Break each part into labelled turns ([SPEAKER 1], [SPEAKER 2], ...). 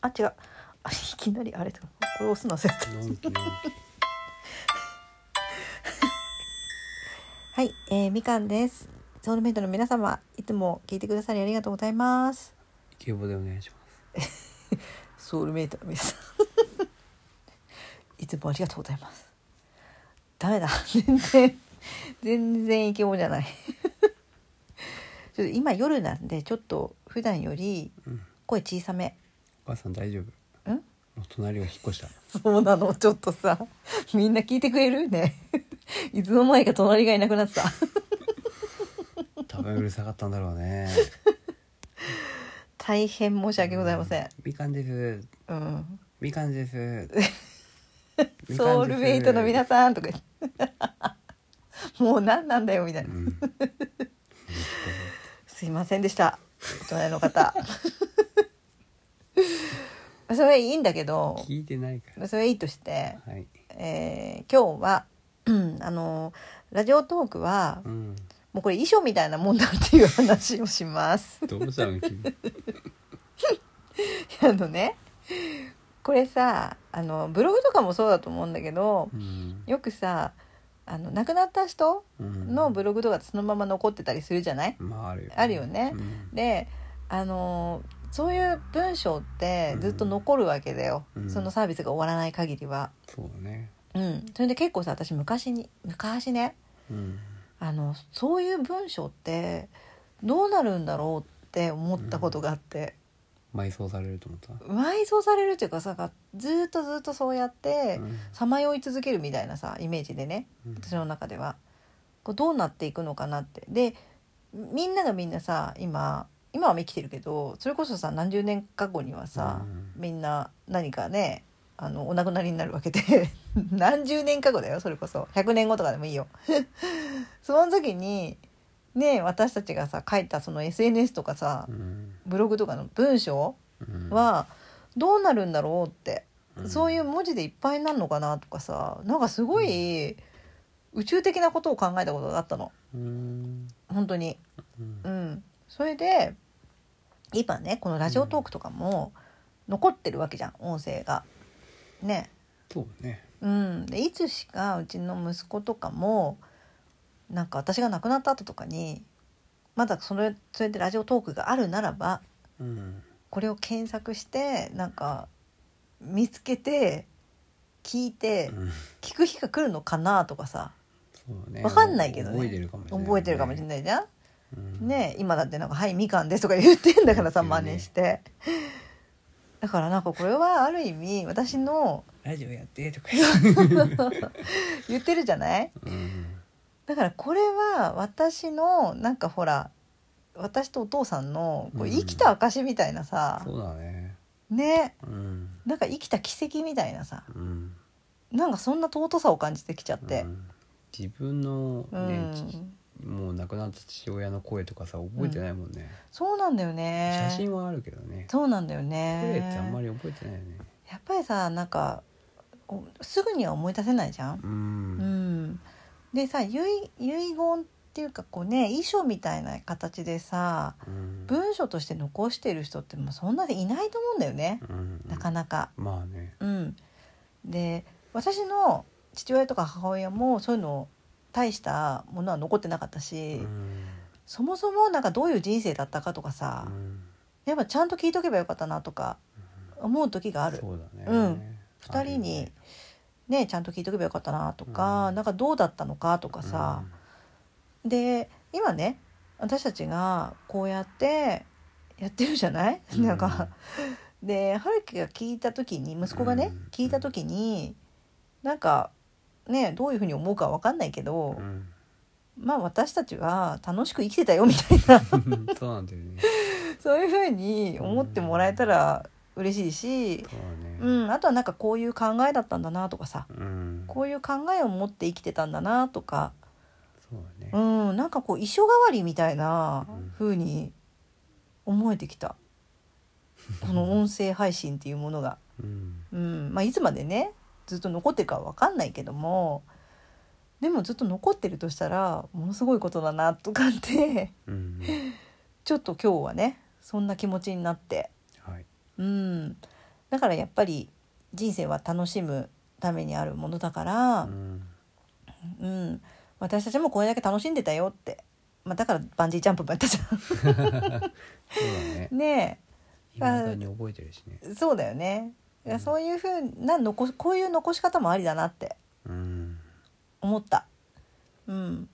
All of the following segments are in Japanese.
[SPEAKER 1] あ違うあいきなりあれだこれ押すの忘れた
[SPEAKER 2] のんきのんき
[SPEAKER 1] はい、えーみかんですソウルメイトの皆様いつも聞いてくださりありがとうございます
[SPEAKER 2] イケボでお願いします
[SPEAKER 1] ソウルメイトの皆さんいつもありがとうございますダメだ全然全然イケボじゃないちょっと今夜なんでちょっと普段より
[SPEAKER 2] うん
[SPEAKER 1] 声小さめ
[SPEAKER 2] お母さん大丈夫
[SPEAKER 1] ん
[SPEAKER 2] もう隣が引っ越した
[SPEAKER 1] そうなのちょっとさみんな聞いてくれるねいつの間にか隣がいなくなってた
[SPEAKER 2] 多分うるさかったんだろう ね
[SPEAKER 1] 大変申し訳ございません
[SPEAKER 2] みかんです
[SPEAKER 1] うん
[SPEAKER 2] みかんですみかんです
[SPEAKER 1] ソウルメイトの皆さんとか言ってもう何なんだよみたいな、
[SPEAKER 2] うん
[SPEAKER 1] すいませんでした大人の方 それいいんだけど
[SPEAKER 2] 聞いてないから
[SPEAKER 1] それいいとして、
[SPEAKER 2] はい
[SPEAKER 1] えー今日はあのラジオトークは
[SPEAKER 2] うん
[SPEAKER 1] もうこれ衣装みたいなもんだっていう話をします。
[SPEAKER 2] どうしたの君
[SPEAKER 1] あのねこれさあのブログとかもそうだと思うんだけど
[SPEAKER 2] うん
[SPEAKER 1] よくさあの亡くなった人
[SPEAKER 2] うん
[SPEAKER 1] のブログとかってそのまま残ってたりするじゃない
[SPEAKER 2] まああるよ、
[SPEAKER 1] あるよね
[SPEAKER 2] うん
[SPEAKER 1] であのそういう文章ってずっと残るわけだよ、
[SPEAKER 2] うん
[SPEAKER 1] そのサービスが終わらない限りは。
[SPEAKER 2] そうだね
[SPEAKER 1] うん、それで結構さ私昔に昔ね
[SPEAKER 2] うん
[SPEAKER 1] あのそういう文章ってどうなるんだろうって思ったことがあって、
[SPEAKER 2] 埋葬されると思った
[SPEAKER 1] 埋葬されるっていうかさずーっとずーっとそうやって
[SPEAKER 2] うん
[SPEAKER 1] さまよい続けるみたいなさイメージでね
[SPEAKER 2] うん
[SPEAKER 1] 私の中ではこうどうなっていくのかなってでみんながみんなさ今今は生きてるけどそれこそさ何十年か後にはさ、
[SPEAKER 2] うん
[SPEAKER 1] みんな何かねあのお亡くなりになるわけで 何十年か後だよそれこそ100年後とかでもいいよ。 その時にね私たちがさ書いたその SNS とかさ
[SPEAKER 2] うん
[SPEAKER 1] ブログとかの文章
[SPEAKER 2] うん
[SPEAKER 1] はどうなるんだろうって
[SPEAKER 2] うん
[SPEAKER 1] そういう文字でいっぱいになるのかなとかさなんかすごい宇宙的なことを考えたことがあったの
[SPEAKER 2] うん
[SPEAKER 1] 本当に
[SPEAKER 2] うん
[SPEAKER 1] うんそれで今ねこのラジオトークとかも残ってるわけじゃん音声がね
[SPEAKER 2] そうね
[SPEAKER 1] うんでいつしかうちの息子とかもなんか私が亡くなった後とかにまだそれそれでラジオトークがあるならば
[SPEAKER 2] うん
[SPEAKER 1] これを検索してなんか見つけて聞いて、
[SPEAKER 2] うん
[SPEAKER 1] 聞く日が来るのかなとかさ
[SPEAKER 2] そうね
[SPEAKER 1] わかんないけどね
[SPEAKER 2] 覚えてるかもしれない
[SPEAKER 1] 覚えてるかもしれないじゃん、
[SPEAKER 2] うん
[SPEAKER 1] ねえ今だってなんか「はいみかんです」とか言ってんだからさ
[SPEAKER 2] 言ってるね
[SPEAKER 1] 真似してだからなんかこれはある意味私の
[SPEAKER 2] ラジオやってとか
[SPEAKER 1] 言ってるじゃない
[SPEAKER 2] うん
[SPEAKER 1] だからこれは私のなんかほら私とお父さんのこう
[SPEAKER 2] うん
[SPEAKER 1] 生きた証みたいなさ、
[SPEAKER 2] そうだね
[SPEAKER 1] ね
[SPEAKER 2] うん
[SPEAKER 1] なんか生きた奇跡みたいなさ
[SPEAKER 2] うん
[SPEAKER 1] なんかそんな尊さを感じてきちゃって
[SPEAKER 2] う。ん自分の
[SPEAKER 1] うん
[SPEAKER 2] ねちもう亡くなった父親の声とかさ覚えてないもんね
[SPEAKER 1] そうなんだよね
[SPEAKER 2] 写真はあるけどね
[SPEAKER 1] そうなんだよね
[SPEAKER 2] 声ってあんまり覚えてないよね
[SPEAKER 1] やっぱりさなんかおすぐには思い出せないじゃん。
[SPEAKER 2] う
[SPEAKER 1] うんん、でさ遺遺言っていうかこうね遺書みたいな形でさ
[SPEAKER 2] うん
[SPEAKER 1] 文書として残してる人ってもうそんなでいないと思うんだよね、
[SPEAKER 2] うん
[SPEAKER 1] なかなか。
[SPEAKER 2] まあね
[SPEAKER 1] うん、で私の父親とか母親もそういうの大したものは残ってなかった
[SPEAKER 2] う
[SPEAKER 1] し、
[SPEAKER 2] ん
[SPEAKER 1] そもそもなんかどういう人生だったかとかさ、
[SPEAKER 2] うん
[SPEAKER 1] やっぱちゃんと聞いとけばよかったなとか思う時がある。
[SPEAKER 2] そうだね
[SPEAKER 1] うん
[SPEAKER 2] あ
[SPEAKER 1] 2
[SPEAKER 2] るよ
[SPEAKER 1] 人に、
[SPEAKER 2] ね
[SPEAKER 1] ねちゃんと聞いとけばよかったなとか、
[SPEAKER 2] うん
[SPEAKER 1] なんかどうだったのかとかさ、で今ね私たちがこうやってやってるじゃない、
[SPEAKER 2] うん
[SPEAKER 1] なんかで春樹が聞いた時に息子がね、
[SPEAKER 2] うん
[SPEAKER 1] 聞いた時になんかねどういうふうに思うかわかんないけ
[SPEAKER 2] う
[SPEAKER 1] ど、
[SPEAKER 2] ん
[SPEAKER 1] まあ私たちは楽しく生きてたよみたいな
[SPEAKER 2] そうなんだ よね
[SPEAKER 1] そういうふうに思ってもらえたら嬉しいし、
[SPEAKER 2] そうだね
[SPEAKER 1] うん、あとはなんかこういう考えだったんだなとかさ
[SPEAKER 2] うん
[SPEAKER 1] こういう考えを持って生きてたんだなとか、
[SPEAKER 2] そうだね
[SPEAKER 1] うん、なんかこう衣装代わりみたいな風に思えてきた。この音声配信っていうものが、
[SPEAKER 2] うん
[SPEAKER 1] うん、まあいつまでね、ずっと残ってるかはわかんないけども。でもずっと残ってるとしたら、ものすごいことだなとかって、
[SPEAKER 2] うん
[SPEAKER 1] ちょっと今日はね、そんな気持ちになって。
[SPEAKER 2] はい
[SPEAKER 1] うん、だからやっぱり人生は楽しむためにあるものだから、
[SPEAKER 2] うん
[SPEAKER 1] うん、私たちもこれだけ楽しんでたよって、まあ、だからバンジージャンプもやったじゃ
[SPEAKER 2] そうだね
[SPEAKER 1] ん。ね
[SPEAKER 2] 未だに覚えてるしね
[SPEAKER 1] えそうだよね、いや
[SPEAKER 2] うん
[SPEAKER 1] そういうふうな残しこういう残し方もありだなって
[SPEAKER 2] うん
[SPEAKER 1] 思った、うん、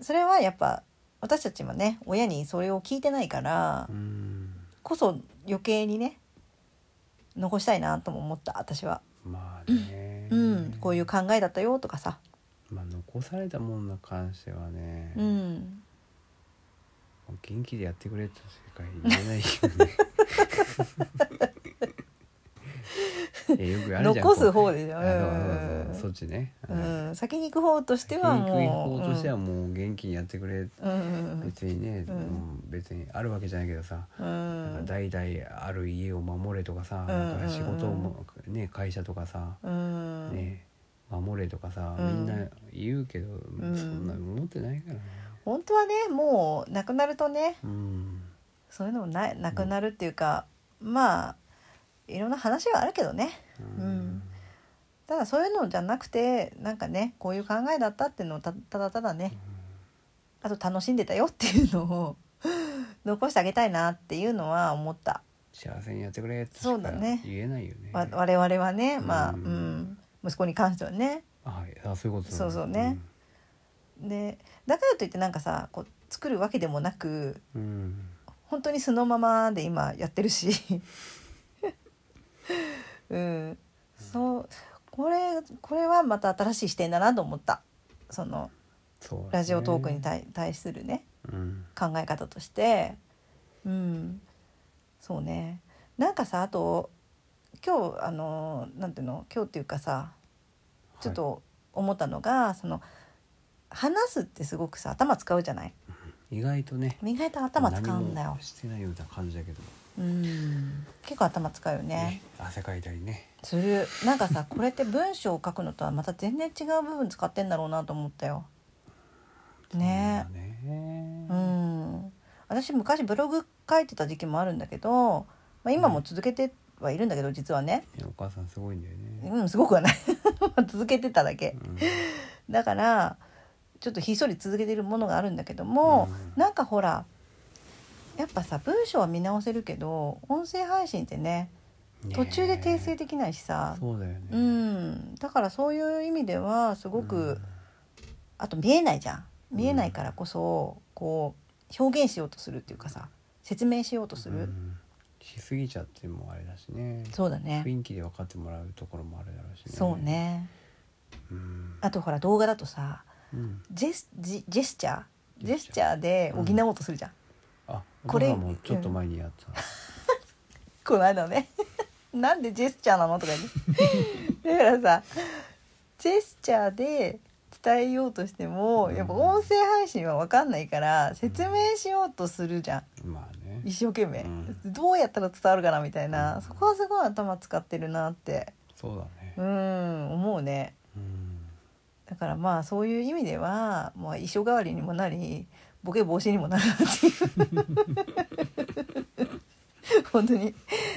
[SPEAKER 1] それはやっぱ私たちもね親にそれを聞いてないから
[SPEAKER 2] うん
[SPEAKER 1] こそ余計にね残したいなとも思った私は、
[SPEAKER 2] まあね
[SPEAKER 1] うん、こういう考えだったよとかさ、
[SPEAKER 2] まあ残されたものに関してはね、
[SPEAKER 1] うん、
[SPEAKER 2] 元気でやってくれって世界に言えないよ ねいやよくあるじゃん
[SPEAKER 1] 残す方でしょ
[SPEAKER 2] こうあそうそうそうそっちね、
[SPEAKER 1] うん、先に行く方としては
[SPEAKER 2] ピンク
[SPEAKER 1] も
[SPEAKER 2] 一
[SPEAKER 1] う
[SPEAKER 2] 方としてはもう元気にやってくれ、
[SPEAKER 1] うんうん
[SPEAKER 2] 別にね、
[SPEAKER 1] うん
[SPEAKER 2] もう別にあるわけじゃないけどさ、
[SPEAKER 1] う
[SPEAKER 2] なん
[SPEAKER 1] ん
[SPEAKER 2] か代々ある家を守れとかさ、
[SPEAKER 1] うんうんうん
[SPEAKER 2] なんか仕事をも、ね、会社とかさ、
[SPEAKER 1] うんうん
[SPEAKER 2] ね守れとかさ、
[SPEAKER 1] うん
[SPEAKER 2] みんな言うけど、
[SPEAKER 1] ん
[SPEAKER 2] そんな思ってないからな
[SPEAKER 1] 本当はねもうなくなるとね
[SPEAKER 2] うん
[SPEAKER 1] そういうのもないなくなるっていうか、まあいろんな話はあるけどねうんただそういうのじゃなくてなんかねこういう考えだったっていうのをたただただねあと楽しんでたよっていうのを 残してあげたいなっていうのは思った
[SPEAKER 2] 幸せにやってくれって
[SPEAKER 1] そうだね
[SPEAKER 2] 言えないよね
[SPEAKER 1] わ我々はねまあ、う
[SPEAKER 2] うん
[SPEAKER 1] ん、息子に関してはね
[SPEAKER 2] あはいあそういうことだ
[SPEAKER 1] そうそうねでだからといってなんかさこう作るわけでもなく
[SPEAKER 2] うん、うん
[SPEAKER 1] 本当にそのままで今やってるし うんそうこれこれはまた新しい視点だなと思ったその
[SPEAKER 2] そうだね
[SPEAKER 1] ラジオトークに対対するね
[SPEAKER 2] うん
[SPEAKER 1] 考え方としてうんそうねなんかさあと今日あのなんていうの今日っていうかさちょっと思ったのが、その話すってすごくさ頭使うじゃない
[SPEAKER 2] 意外とね
[SPEAKER 1] 意外と頭使うんだ
[SPEAKER 2] 何
[SPEAKER 1] よ
[SPEAKER 2] も、してないような感じだけど
[SPEAKER 1] うん、結構頭使うよね
[SPEAKER 2] ね汗かいたりね
[SPEAKER 1] するなんかさこれって文章を書くのとはまた全然違う部分使ってんだろうなと思ったよね
[SPEAKER 2] そうだね
[SPEAKER 1] うん、私昔ブログ書いてた時期もあるんだけど、まあ、今も続けてはいるんだけど実はね、
[SPEAKER 2] いやお母さんすごいんだよね
[SPEAKER 1] うん、すごくはない 続けてただけ
[SPEAKER 2] うん
[SPEAKER 1] だからちょっとひっそり続けてるものがあるんだけども、
[SPEAKER 2] うん
[SPEAKER 1] なんかほらやっぱさ文章は見直せるけど音声配信ってね
[SPEAKER 2] ね
[SPEAKER 1] 途中で訂正できないしさ
[SPEAKER 2] そうだよね
[SPEAKER 1] う
[SPEAKER 2] す
[SPEAKER 1] んだからそういう意味ではすごく、あと見えないじゃん見えないからこそこう表現しようとするっていうかさ説明しようとする、
[SPEAKER 2] しすぎちゃってもあれだしね
[SPEAKER 1] そうだね
[SPEAKER 2] 雰囲気で分かってもらうところもあるだろうしね
[SPEAKER 1] そうね
[SPEAKER 2] うん
[SPEAKER 1] あとほら動画だとさ
[SPEAKER 2] うん
[SPEAKER 1] ジェスジジェスチャージ
[SPEAKER 2] ジ
[SPEAKER 1] ェ
[SPEAKER 2] ェ
[SPEAKER 1] ス
[SPEAKER 2] スチャー
[SPEAKER 1] チャーで補おうとするじゃん、
[SPEAKER 2] あ
[SPEAKER 1] こ
[SPEAKER 2] こ
[SPEAKER 1] れ
[SPEAKER 2] れもちょっと前にやった
[SPEAKER 1] この間ね なんでジェスチャーなのとか 言ってだからさジェスチャーで伝えようとしてもやっぱ音声配信は分かんないから説明しようとするじゃん
[SPEAKER 2] まあね
[SPEAKER 1] 一生懸命、
[SPEAKER 2] う
[SPEAKER 1] どうやったら伝わるかなみたいな、
[SPEAKER 2] うん
[SPEAKER 1] そこはすごい頭使ってるなって
[SPEAKER 2] そうだね
[SPEAKER 1] うん思うね
[SPEAKER 2] うん
[SPEAKER 1] だからまあそういう意味ではもう衣装代わりにもなりボケ防止にもなるなっていう本当に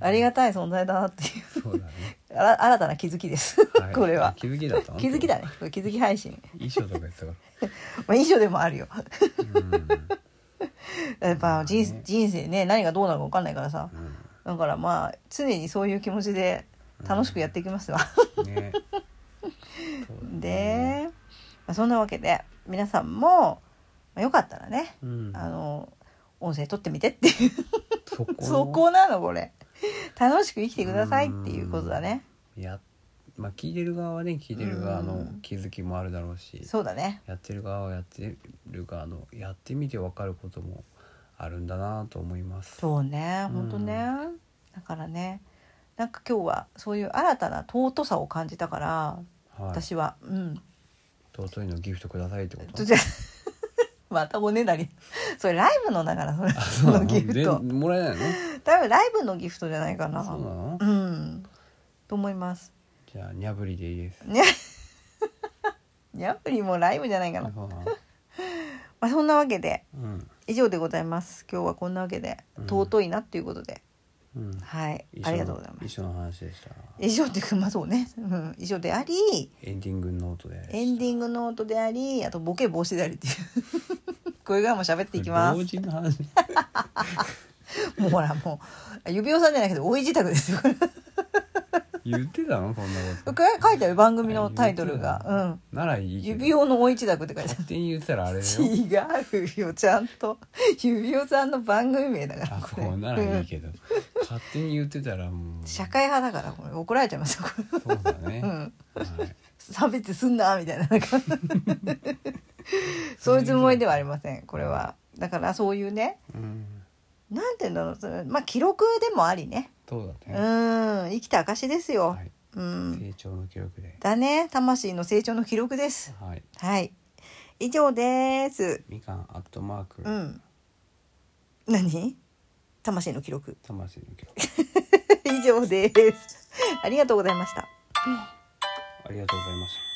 [SPEAKER 1] ありがたい存在だなってい
[SPEAKER 2] そうだね
[SPEAKER 1] うあら新たな気づきです、
[SPEAKER 2] い
[SPEAKER 1] これは
[SPEAKER 2] 気づきだったの
[SPEAKER 1] 気づきだねこれ気づき配信、
[SPEAKER 2] 衣装とか言ってたか
[SPEAKER 1] まあ、衣装でもあるよ
[SPEAKER 2] らうん
[SPEAKER 1] やっぱ人,、
[SPEAKER 2] まあね
[SPEAKER 1] 人生ね何がどうなるか分かんないからさだからまあ常にそういう気持ちで楽しくやっていきますわ、
[SPEAKER 2] う んね
[SPEAKER 1] で、まあ、そんなわけで皆さんも、まあ、よかったらね、
[SPEAKER 2] うん
[SPEAKER 1] あの音声撮ってみてって いう
[SPEAKER 2] そこ
[SPEAKER 1] そこなのこれ楽しく生きてくださいっていうことだね
[SPEAKER 2] いやまあ聞いてる側はね聞いてる側
[SPEAKER 1] う
[SPEAKER 2] の
[SPEAKER 1] ん
[SPEAKER 2] 気づきもあるだろうし
[SPEAKER 1] そうだね
[SPEAKER 2] やってる側はやってる側のやってみて分かることもあるんだなと思います。
[SPEAKER 1] そうね本当ね、だからねなんか今日はそういう新たな尊さを感じたから
[SPEAKER 2] はい、
[SPEAKER 1] 私は、うん
[SPEAKER 2] 尊いのギフトくださいってこ
[SPEAKER 1] ち
[SPEAKER 2] と
[SPEAKER 1] ょ。 じゃまたおねだりそれライブのだからそれそのギフ
[SPEAKER 2] で
[SPEAKER 1] ト
[SPEAKER 2] もらえないの？
[SPEAKER 1] 多分ライブのギフトじゃないかな
[SPEAKER 2] そうなの？
[SPEAKER 1] うんと思います
[SPEAKER 2] じゃあニャブリでいいです。
[SPEAKER 1] ね やっぱりもうライブじゃないかな、
[SPEAKER 2] そうなの
[SPEAKER 1] まあ、そんなわけで
[SPEAKER 2] うん。
[SPEAKER 1] 以上でございます今日はこんなわけで
[SPEAKER 2] うん
[SPEAKER 1] 尊いなっていうことで、
[SPEAKER 2] うん、
[SPEAKER 1] はい
[SPEAKER 2] 一緒の
[SPEAKER 1] ありがとうございます
[SPEAKER 2] 一緒の話でした
[SPEAKER 1] 以上っていうかまあそうね、うん、以上であり
[SPEAKER 2] エンディングノートです
[SPEAKER 1] エンディングノートでありあとボケ防止でありっていう これからも喋っていきま
[SPEAKER 2] 同
[SPEAKER 1] す
[SPEAKER 2] 時の 話
[SPEAKER 1] もうほらもう指輪さんじゃないけどおい自宅ですよこれこ
[SPEAKER 2] 言ってたのそんなこと
[SPEAKER 1] れ書いてある番組のタイトルが
[SPEAKER 2] うんなら
[SPEAKER 1] 「う
[SPEAKER 2] い
[SPEAKER 1] ん、
[SPEAKER 2] いけど
[SPEAKER 1] 指輪のおい自宅」って書いてある
[SPEAKER 2] 勝手に言ってたらあれ だよ
[SPEAKER 1] 違うよちゃんと 指輪さんの番組名だから
[SPEAKER 2] あ
[SPEAKER 1] これ
[SPEAKER 2] そうならいい
[SPEAKER 1] うん
[SPEAKER 2] けど勝手に言ってたらもう
[SPEAKER 1] 社会派だからこれ怒られちゃいますよこれ
[SPEAKER 2] そうだね、
[SPEAKER 1] うん
[SPEAKER 2] はい、
[SPEAKER 1] 差別すんなみたいな なんかそういうつもりではありませんこれはだからそういうね
[SPEAKER 2] うん、
[SPEAKER 1] なんていうんだろうそれまあ記録でもありね
[SPEAKER 2] そうだ
[SPEAKER 1] う
[SPEAKER 2] ね、
[SPEAKER 1] ん生きた証ですよ、
[SPEAKER 2] はい、
[SPEAKER 1] うん
[SPEAKER 2] 成長の記録で、
[SPEAKER 1] だね魂の成長の記録です
[SPEAKER 2] はい、
[SPEAKER 1] はい以上です
[SPEAKER 2] みかんアットマーク、
[SPEAKER 1] うん何魂の記録
[SPEAKER 2] 魂の記録
[SPEAKER 1] 以上ですありがとうございました
[SPEAKER 2] ありがとうございました